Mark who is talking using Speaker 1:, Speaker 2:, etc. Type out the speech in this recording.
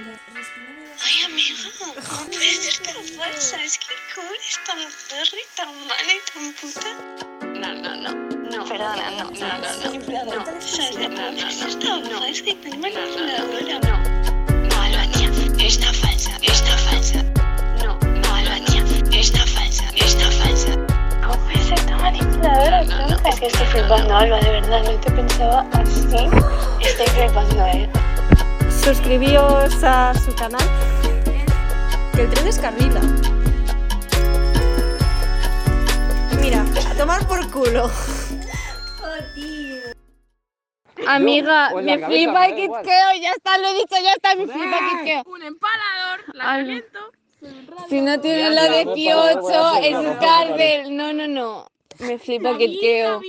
Speaker 1: Ay, amiga, ¿cómo puedes ser tan falsa? Es que cómo eres tan zorra y tan mala y tan puta. No, no, no. No, perdona, no, no, no, no. No, ¿sabes de cómo puedes ser tan falsa? Es que tengo una calculadora. No, no, Albania, eres una falsa, eres una falsa. No, no, Albania, eres una falsa, eres una falsa. ¿Cómo puedes ser tan manipuladora, tronca? Es que estoy flipando, Alba, de verdad, no te pensaba así. Estoy flipando, eh.
Speaker 2: Suscribíos a su canal. Que el tren descarrila. Mira, a tomar por culo. Amiga,
Speaker 3: No, o en la
Speaker 2: me
Speaker 3: cabeza,
Speaker 2: flipa
Speaker 3: me
Speaker 2: el
Speaker 3: da
Speaker 2: Kit
Speaker 3: igual.
Speaker 2: Keo, ya está, lo he dicho, ya está, me flipa el Kit Keo.
Speaker 4: Un empalador, la
Speaker 2: Al-
Speaker 4: caliento.
Speaker 2: Si no
Speaker 3: Ya,
Speaker 2: tienen la
Speaker 3: ya, no, por favor, voy a
Speaker 2: 18,
Speaker 3: hacer una
Speaker 2: es
Speaker 3: cosa,
Speaker 2: cárcel. No, no, no. Me flipa el Kit Keo.